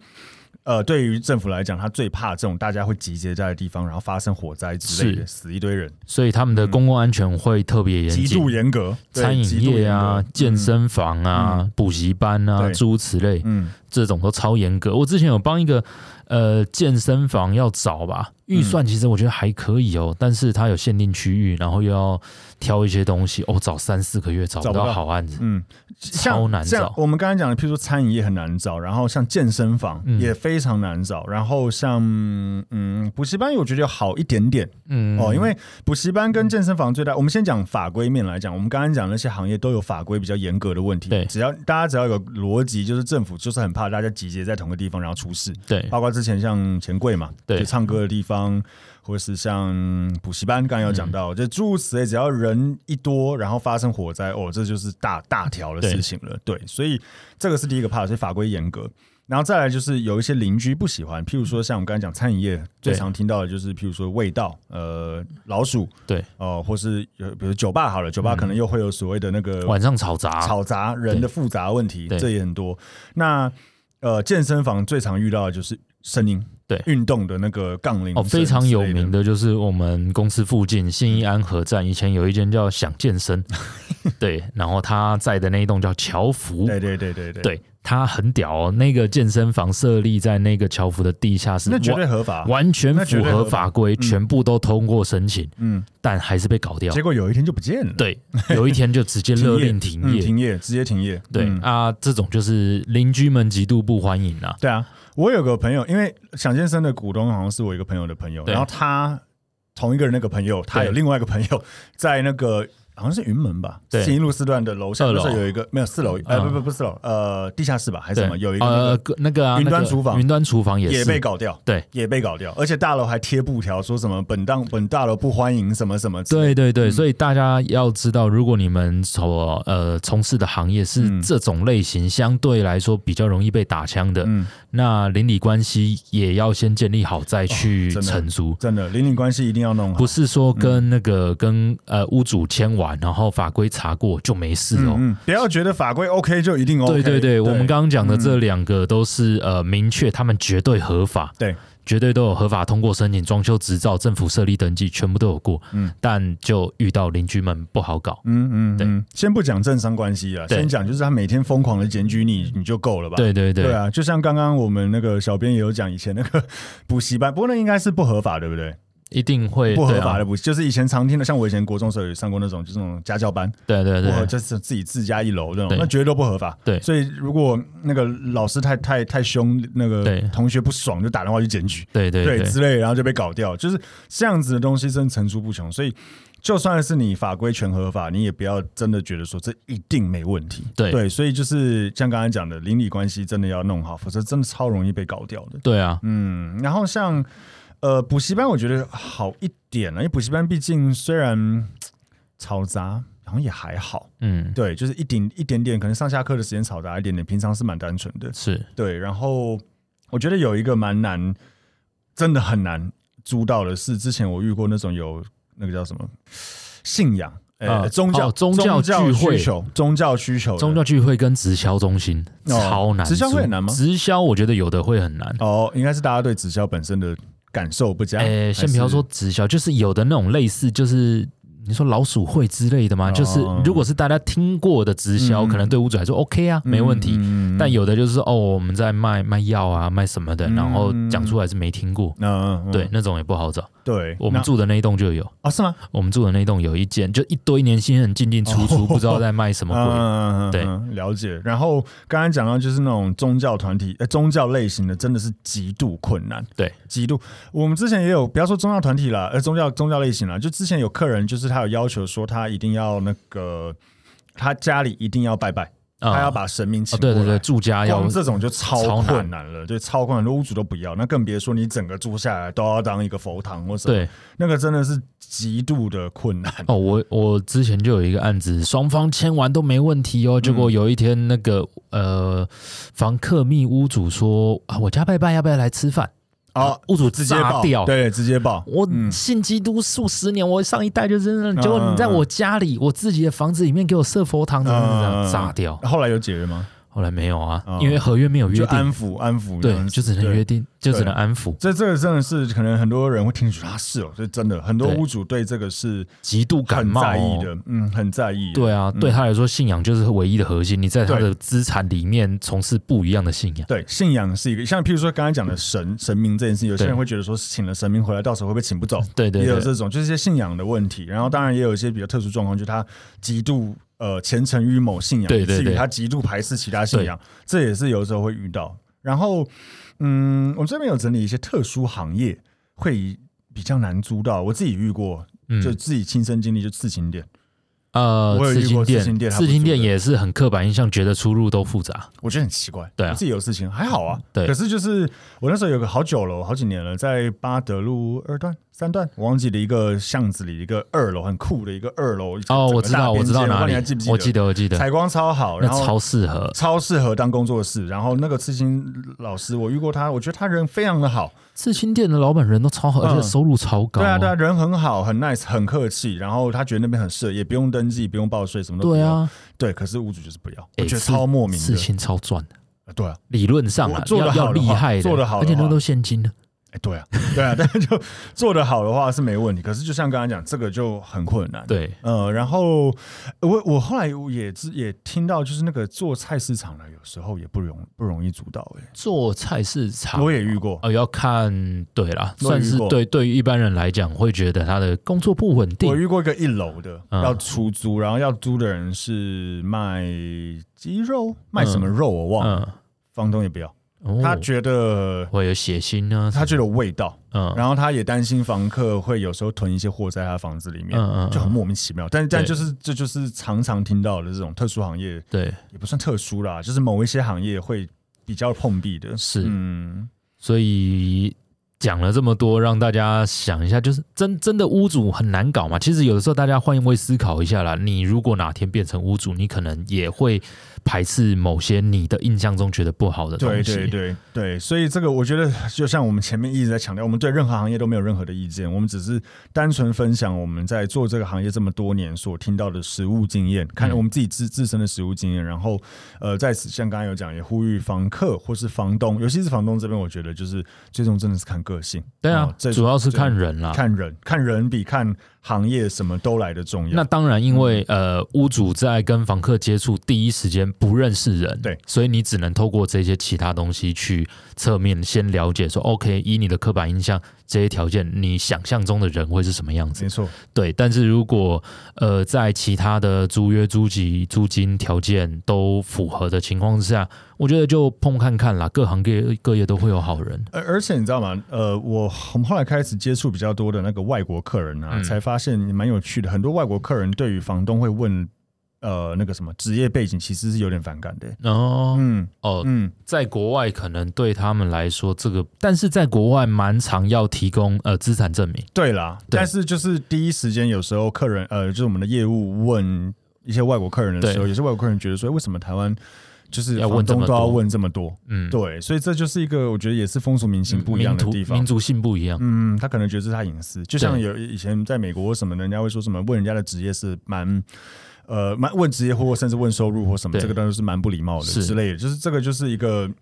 Speaker 1: 呃，对于政府来讲，他最怕这种大家会集结在的地方，然后发生火灾之类的，死一堆人，
Speaker 2: 所以他们的公共安全会特别严
Speaker 1: 极
Speaker 2: 谨
Speaker 1: 度。严格。对
Speaker 2: 餐饮业啊
Speaker 1: 极度严格、
Speaker 2: 健身房啊、补习班啊、
Speaker 1: 对
Speaker 2: 诸如此类，
Speaker 1: 嗯，
Speaker 2: 这种都超严格。我之前有帮一个呃健身房要找吧，
Speaker 1: 嗯
Speaker 2: 预算其实我觉得还可以哦，但是它有限定区域，然后又要挑一些东西，哦，找三四个月找
Speaker 1: 找不
Speaker 2: 不到
Speaker 1: 到
Speaker 2: 好案子，
Speaker 1: 嗯，
Speaker 2: 超
Speaker 1: 像
Speaker 2: 难
Speaker 1: 像
Speaker 2: 找
Speaker 1: 我们刚才讲的，譬如说餐饮业很难找，然后像健身房
Speaker 2: 嗯
Speaker 1: 也非常难找，然后像嗯补习班，我觉得好一点点
Speaker 2: 嗯
Speaker 1: 哦，因为补习班跟健身房最大，我们先讲法规面来讲，我们刚刚讲那些行业都有法规比较严格的问题，
Speaker 2: 对
Speaker 1: 只要大家只要有个逻辑，就是政府就是很怕大家集结在同个地方然后出事，
Speaker 2: 对
Speaker 1: 包括之前像钱柜嘛，
Speaker 2: 对
Speaker 1: 就唱歌的地方，或是像补习班，刚刚有讲
Speaker 2: 嗯
Speaker 1: 到，就诸如此类，只要人一多，然后发生火灾，哦，这就是大大条的事情了。对，所以这个是第一个怕，所以法规严格。然后再来就是有一些邻居不喜欢，譬如说像我们刚才讲餐饮业最
Speaker 2: 对
Speaker 1: 常听到的就是，譬如说味道，呃，老鼠，
Speaker 2: 对，嗯
Speaker 1: 哦、或是有比如酒吧好了，酒吧可能又会有所谓的那个
Speaker 2: 晚上吵杂，
Speaker 1: 吵杂人的复杂问题，
Speaker 2: 啊对
Speaker 1: 这也很多。那呃，健身房最常遇到的就是声音，
Speaker 2: 对
Speaker 1: 运动的那个杠铃
Speaker 2: 哦，非常有名
Speaker 1: 的。
Speaker 2: 的就是我们公司附近信义安和站，以前有一间叫想
Speaker 1: *laughs*
Speaker 2: 健身，对，然后他在的那一栋叫侨福，
Speaker 1: 对对对对对，
Speaker 2: 对，他很屌哦，那个健身房设立在那个侨福的地下室，
Speaker 1: 那绝对
Speaker 2: 完
Speaker 1: 合法。
Speaker 2: 完全
Speaker 1: 那绝
Speaker 2: 符
Speaker 1: 对
Speaker 2: 合
Speaker 1: 合法
Speaker 2: 法规，全部都通过申请，
Speaker 1: 嗯，
Speaker 2: 但还是被搞掉
Speaker 1: 结。果有一天就不见了，
Speaker 2: 对，有一天就直接勒令停
Speaker 1: 嗯
Speaker 2: 业。
Speaker 1: 停业，直接停业。
Speaker 2: 对、
Speaker 1: 嗯
Speaker 2: 啊，这种就是邻居们极度不欢迎啊。
Speaker 1: 对啊，我有个朋友，因为想健身的股东好像是我一个朋友的朋友，
Speaker 2: 对
Speaker 1: 然后他同一个人那个朋友，他有另外一个朋友 *laughs* 在那个。好像是云门吧，
Speaker 2: 对
Speaker 1: 新一路四段的楼下
Speaker 2: 二
Speaker 1: 不
Speaker 2: 楼
Speaker 1: 是有一个没有四楼，呃，
Speaker 2: 嗯
Speaker 1: 不不不是四楼，呃，地下室吧还是
Speaker 2: 对
Speaker 1: 什么？，有一个那个
Speaker 2: 呃那个啊，
Speaker 1: 云端
Speaker 2: 那个
Speaker 1: 厨房
Speaker 2: 云端厨房也是
Speaker 1: 也被搞掉，
Speaker 2: 对，
Speaker 1: 也被搞掉，而且大楼还贴布条说什么本当本大楼不欢迎什么什么之类的，嗯
Speaker 2: 对对对，所以大家要知道，如果你们所呃从事的行业是
Speaker 1: 嗯
Speaker 2: 这种类型，相对来说比较容易被打枪的，
Speaker 1: 嗯，
Speaker 2: 那邻里关系也要先建立好再去
Speaker 1: 哦真的
Speaker 2: 成熟。
Speaker 1: 真的邻里关系一定要弄好，
Speaker 2: 不是说跟那个、跟呃屋主签完，然后法规查过就没事哦。
Speaker 1: 嗯，嗯不要觉得法规 OK 就一定 OK，
Speaker 2: 对对对，我们刚刚讲的这两个都是、呃明确，他们绝对合法，
Speaker 1: 对
Speaker 2: 绝对都有合法通过申请、装修执照、政府设立登记，全部都有过。
Speaker 1: 嗯，
Speaker 2: 但就遇到邻居们不好搞。
Speaker 1: 嗯嗯，
Speaker 2: 对
Speaker 1: 嗯，先不讲政商关系啊，
Speaker 2: 对
Speaker 1: 先讲就是他每天疯狂的检举你，你就够了吧？
Speaker 2: 对对对，
Speaker 1: 对啊，就像刚刚我们那个小编也有讲，以前那个 *laughs* 补习班，不过那应该是不合法，对不对？
Speaker 2: 一定会
Speaker 1: 不合法的
Speaker 2: 对啊
Speaker 1: 补习，就是以前常听的，像我以前国中时候有上过那种，就是那种家教班，
Speaker 2: 对对
Speaker 1: 我
Speaker 2: 对，
Speaker 1: 就是自己自家一楼这种，
Speaker 2: 对
Speaker 1: 那绝对都不合法。
Speaker 2: 对
Speaker 1: 所以如果那个老师太太太凶，那个
Speaker 2: 对
Speaker 1: 同学不爽，就打电话去检举，
Speaker 2: 对对对
Speaker 1: 之类，然后就被搞掉。就是这样子的东西真的层出不穷，所以。就算是你法规全合法，你也不要真的觉得说这一定没问题。
Speaker 2: 对
Speaker 1: 所以就是像刚才讲的，邻里关系真的要弄好，否则真的超容易被搞掉的。
Speaker 2: 对啊，
Speaker 1: 嗯，然后像呃补习班，我觉得好一点啊了，因为补习班毕竟虽然嘖吵杂，好像也还好。
Speaker 2: 嗯，
Speaker 1: 对，就是一点一点点，可能上下课的时间吵杂一点点，平常是蛮单纯的。
Speaker 2: 是
Speaker 1: 对，然后我觉得有一个蛮难，真的很难租到的是，之前我遇过那种有那个叫什么信仰。呃，
Speaker 2: 啊
Speaker 1: 宗教、
Speaker 2: 哦宗教
Speaker 1: 教
Speaker 2: 聚会
Speaker 1: 需求，宗教需求的，
Speaker 2: 宗教聚会跟直销中心、
Speaker 1: 哦
Speaker 2: 超难租，
Speaker 1: 直销会很难吗
Speaker 2: 直销我觉得有的会很难。
Speaker 1: 哦，应该是大家对直销本身的感受不佳。
Speaker 2: 诶，呃先不要
Speaker 1: 还是
Speaker 2: 说直销，就是有的那种类似，就是你说老鼠会之类的嘛，
Speaker 1: 哦
Speaker 2: 就是如果是大家听过的直销，
Speaker 1: 嗯
Speaker 2: 可能对屋主来说 OK 啊，没问题。
Speaker 1: 嗯嗯嗯
Speaker 2: 但有的就是哦，我们在卖卖药啊，卖什么的，
Speaker 1: 嗯
Speaker 2: 然后讲出来是没听过，
Speaker 1: 嗯，嗯嗯
Speaker 2: 对，那种也不好找。
Speaker 1: 对，
Speaker 2: 我们
Speaker 1: 那
Speaker 2: 住的那一栋就有，
Speaker 1: 啊是吗？
Speaker 2: 我们住的那一栋有一间，就一堆年轻人进进出出，
Speaker 1: 哦
Speaker 2: 不知道在卖什么鬼。
Speaker 1: 嗯嗯嗯嗯
Speaker 2: 对
Speaker 1: 嗯了解。然后刚才讲到就是那种宗教团体，呃，宗教类型的真的是极度困难，
Speaker 2: 对，
Speaker 1: 极度。我们之前也有，不要说宗教团体啦，呃，宗教宗教类型啦，就之前有客人就是他有要求说他一定要那个。他家里一定要拜拜，
Speaker 2: 啊
Speaker 1: 他要把神明
Speaker 2: 哦
Speaker 1: 请过
Speaker 2: 对
Speaker 1: 来。
Speaker 2: 对对，住家要
Speaker 1: 光这种就超
Speaker 2: 超难
Speaker 1: 困难了，对，超困难，屋主都不要，那更别说你整个住下来都要当一个佛堂或什么，
Speaker 2: 对
Speaker 1: 那个真的是极度的困难。
Speaker 2: 哦，我我之前就有一个案子，双方签完都没问题
Speaker 1: 嗯
Speaker 2: 哦，结果有一天那个、呃，房客密屋主说啊，我家拜拜要不要来吃饭？
Speaker 1: 哦，
Speaker 2: 屋主
Speaker 1: 直接
Speaker 2: 炸
Speaker 1: 爆
Speaker 2: 掉。
Speaker 1: 对，直接爆。
Speaker 2: 我
Speaker 1: 嗯
Speaker 2: 信基督数十年，我上一代就是那样，
Speaker 1: 嗯
Speaker 2: 结果你在我家里，我自己的房子里面给我设佛堂，怎么怎么
Speaker 1: 嗯
Speaker 2: 怎
Speaker 1: 嗯
Speaker 2: 么
Speaker 1: 嗯
Speaker 2: 炸掉？
Speaker 1: 后来有解约吗？
Speaker 2: 后来没有啊，
Speaker 1: 哦
Speaker 2: 因为合约没有约
Speaker 1: 就
Speaker 2: 定，
Speaker 1: 安抚安抚这样子，
Speaker 2: 对，就只能约
Speaker 1: 对。
Speaker 2: 定，就只
Speaker 1: 对
Speaker 2: 能安抚，
Speaker 1: 这这个真的是可能很多人会听出啊，是哦，这真的很多
Speaker 2: 对
Speaker 1: 屋主对这个是
Speaker 2: 极度感
Speaker 1: 很
Speaker 2: 冒、
Speaker 1: 在意
Speaker 2: 哦。
Speaker 1: 的，嗯，很在意的。
Speaker 2: 对啊，对他来说，信仰就是唯一的核心。你在他
Speaker 1: 对
Speaker 2: 的资产里面从事不一样的信仰，
Speaker 1: 对，信仰是一个，像譬如说刚才讲的神神明这件事，有些
Speaker 2: 对
Speaker 1: 人会觉得说请了神明回来，到时候会不会请不走？
Speaker 2: 对对
Speaker 1: 也有
Speaker 2: 对，
Speaker 1: 这种，就是一些信仰的问题。然后当然也有一些比较特殊状况，就是他极度呃虔诚于某信仰，
Speaker 2: 对
Speaker 1: 以
Speaker 2: 对
Speaker 1: 至于
Speaker 2: 对
Speaker 1: 他极度排斥其他信仰，这也是有时候会遇到。然后，嗯，我们这边有整理一些特殊行业会比较难租到，我自己遇过，就
Speaker 2: 嗯，
Speaker 1: 自己亲身经历，就刺青店，
Speaker 2: 呃，
Speaker 1: 我有遇
Speaker 2: 刺青
Speaker 1: 过
Speaker 2: 店
Speaker 1: 刺青，店他不
Speaker 2: 刺青
Speaker 1: 租
Speaker 2: 店
Speaker 1: 的
Speaker 2: 也是很刻板印象，觉得出入都复杂。
Speaker 1: 我觉得很奇怪。
Speaker 2: 对啊嗯
Speaker 1: 我自己有事情还好啊，
Speaker 2: 对
Speaker 1: 可是就是我那时候有个好久了，好几年了，在巴德路二段、三段，我忘记了一个巷子里一个二楼，很酷的一个二楼。
Speaker 2: 哦，我知道，
Speaker 1: 整个大边街
Speaker 2: 我知道哪
Speaker 1: 不
Speaker 2: 里
Speaker 1: 你还记不，
Speaker 2: 我
Speaker 1: 记
Speaker 2: 记
Speaker 1: 得？
Speaker 2: 得，我记
Speaker 1: 采
Speaker 2: 得，
Speaker 1: 光超好，
Speaker 2: 那
Speaker 1: 然后
Speaker 2: 超适合。
Speaker 1: 超适合当工作室。然后那个刺青老师，我遇过他，我觉得他人非常的好，
Speaker 2: 刺青店的老板人都超好，而且
Speaker 1: 嗯
Speaker 2: 收入超高。哦
Speaker 1: 对啊，对啊，，人很好，很 nice，很客气。然后他觉得那边很适合，也不用登记，不用报税，什么都不
Speaker 2: 对
Speaker 1: 用。
Speaker 2: 啊，
Speaker 1: 对，可是屋主就是不要，我
Speaker 2: 诶
Speaker 1: 觉得
Speaker 2: 刺
Speaker 1: 超莫名
Speaker 2: 刺
Speaker 1: 的。
Speaker 2: 青超赚的，
Speaker 1: 对啊，
Speaker 2: 理论上啊
Speaker 1: 我，做得
Speaker 2: 要
Speaker 1: 好
Speaker 2: 要
Speaker 1: 的
Speaker 2: 厉
Speaker 1: 话
Speaker 2: 害的，
Speaker 1: 做得好的
Speaker 2: 而且那
Speaker 1: 话
Speaker 2: 都现金的。
Speaker 1: 哎，对啊， *laughs* 对啊，但是就做得好的话是没问题。可是就像刚才讲，这个就很困难。，
Speaker 2: 对，
Speaker 1: 呃，然后我我后来也知也听到，就是那个做菜市场的，有时候也不容不容易主导、
Speaker 2: 啊
Speaker 1: 欸。
Speaker 2: 做菜市场
Speaker 1: 我也遇过，
Speaker 2: 哦，要看对啦，
Speaker 1: 我也
Speaker 2: 算
Speaker 1: 遇
Speaker 2: 是
Speaker 1: 过
Speaker 2: 对对于一般人来讲，会觉得他的工作不稳定
Speaker 1: 我。遇过一个一楼的
Speaker 2: 嗯
Speaker 1: 要出租，然后要租的人是卖鸡肉，卖什么肉我忘了，
Speaker 2: 嗯，
Speaker 1: 房东也不要，
Speaker 2: 哦
Speaker 1: 他觉得
Speaker 2: 会有血腥啊，
Speaker 1: 他觉得有味道，
Speaker 2: 嗯
Speaker 1: 然后他也担心房客会有时候囤一些货在他房子里面。
Speaker 2: 嗯嗯，
Speaker 1: 就很
Speaker 2: 嗯
Speaker 1: 莫名其妙，但但
Speaker 2: 对
Speaker 1: 就是这就是常常听到的这种特殊行业，
Speaker 2: 对，
Speaker 1: 也不算特殊啦，就是某一些行业会比较碰壁的。
Speaker 2: 是
Speaker 1: 嗯，
Speaker 2: 所以讲了这么多，让大家想一下，就是真真的屋主很难搞嘛。其实有的时候大家换位思考一下啦，你如果哪天变成屋主，你可能也会排斥某些你的印象中觉得不好的
Speaker 1: 对
Speaker 2: 东西。
Speaker 1: 对对对，所以这个我觉得就像我们前面一直在强调，我们对任何行业都没有任何的意见，我们只是单纯分享我们在做这个行业这么多年所听到的实务经验，看
Speaker 2: 嗯
Speaker 1: 我们自己自自身的实务经验，然后呃，在此像刚才有讲，也呼吁房客或是房东，尤其是房东这边，我觉得就是最终真的是看个性，
Speaker 2: 对啊
Speaker 1: 哦，这
Speaker 2: 主要是看人啦。
Speaker 1: 看人，看人比看行业什么都来的重要。
Speaker 2: 那当然，因为
Speaker 1: 嗯
Speaker 2: 呃，屋主在跟房客接触第一时间不认识人，
Speaker 1: 对，
Speaker 2: 所以你只能透过这些其他东西去侧面先了解说，OK，以你的刻板印象这些条件，你想象中的人会是什么样子
Speaker 1: 没？错，
Speaker 2: 对，但是如果呃在其他的租约、租籍、租金条件都符合的情况之下，我觉得就碰看看啦，各行各业各业都会有好人。
Speaker 1: 而而且你知道吗？呃，我我们后来开始接触比较多的那个外国客人啊，
Speaker 2: 嗯
Speaker 1: 才发现蛮有趣的。很多外国客人对于房东会问，呃，那个什么职业背景，其实是有点反感的、
Speaker 2: 然后、
Speaker 1: 嗯
Speaker 2: 哦，
Speaker 1: 嗯，
Speaker 2: 在国外可能对他们来说这个，但是在国外蛮常要提供呃资产证明。
Speaker 1: 对啦。
Speaker 2: 对
Speaker 1: 但是就是第一时间，有时候客人呃，就是我们的业务问一些外国客人的时候，
Speaker 2: 对
Speaker 1: 也是外国客人觉得说，哎为什么台湾就是
Speaker 2: 要问
Speaker 1: 房
Speaker 2: 这
Speaker 1: 东
Speaker 2: 么
Speaker 1: 都要
Speaker 2: 多
Speaker 1: 问这么多？
Speaker 2: 嗯，
Speaker 1: 对，所以这就是一个我觉得也是风俗民情不一样的
Speaker 2: 民族
Speaker 1: 地方。
Speaker 2: 民族性不一样。
Speaker 1: 嗯，他可能觉得这是他隐私，就像
Speaker 2: 对
Speaker 1: 有以前在美国或什么的，人家会说什么问人家的职业是蛮。呃，蛮问职业或甚至问收入或什么，
Speaker 2: 对
Speaker 1: 这个当然是蛮不礼貌的
Speaker 2: 是
Speaker 1: 之类的，就是这个就是一个嘖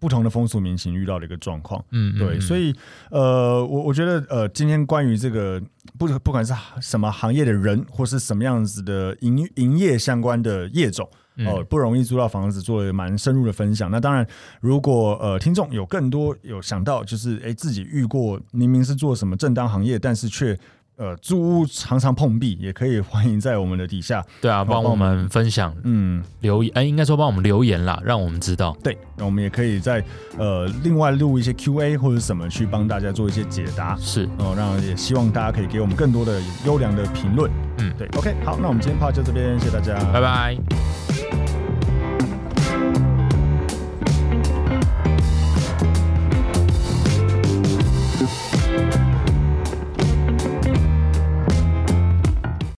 Speaker 1: 不同的风俗民情遇到的一个状况。
Speaker 2: 嗯，嗯
Speaker 1: 对，
Speaker 2: 嗯
Speaker 1: 所以呃，我我觉得呃，今天关于这个不不管是什么行业的人，或是什么样子的营营业相关的业种，
Speaker 2: 嗯
Speaker 1: 哦，不容易租到房子，做了蛮深入的分享。那当然，如果呃听众有更多有想到，就是诶自己遇过明明是做什么正当行业，但是却呃租屋常常碰壁，也可以 *laughs* 欢迎在我们的底下，
Speaker 2: 对啊，帮
Speaker 1: 帮
Speaker 2: 我
Speaker 1: 我
Speaker 2: 们分享
Speaker 1: 嗯，
Speaker 2: 留言，哎，应该说帮我们留言啦，让我们知道。
Speaker 1: 对，那我们也可以在呃另外录一些 Q&A 或者什么去帮大家做一些解答。
Speaker 2: 是，
Speaker 1: 哦，让也希望大家可以给我们更多的优良的评论。
Speaker 2: 嗯
Speaker 1: 对，OK，好，那我们今天 p 就这边，谢谢大家，拜
Speaker 2: 拜拜。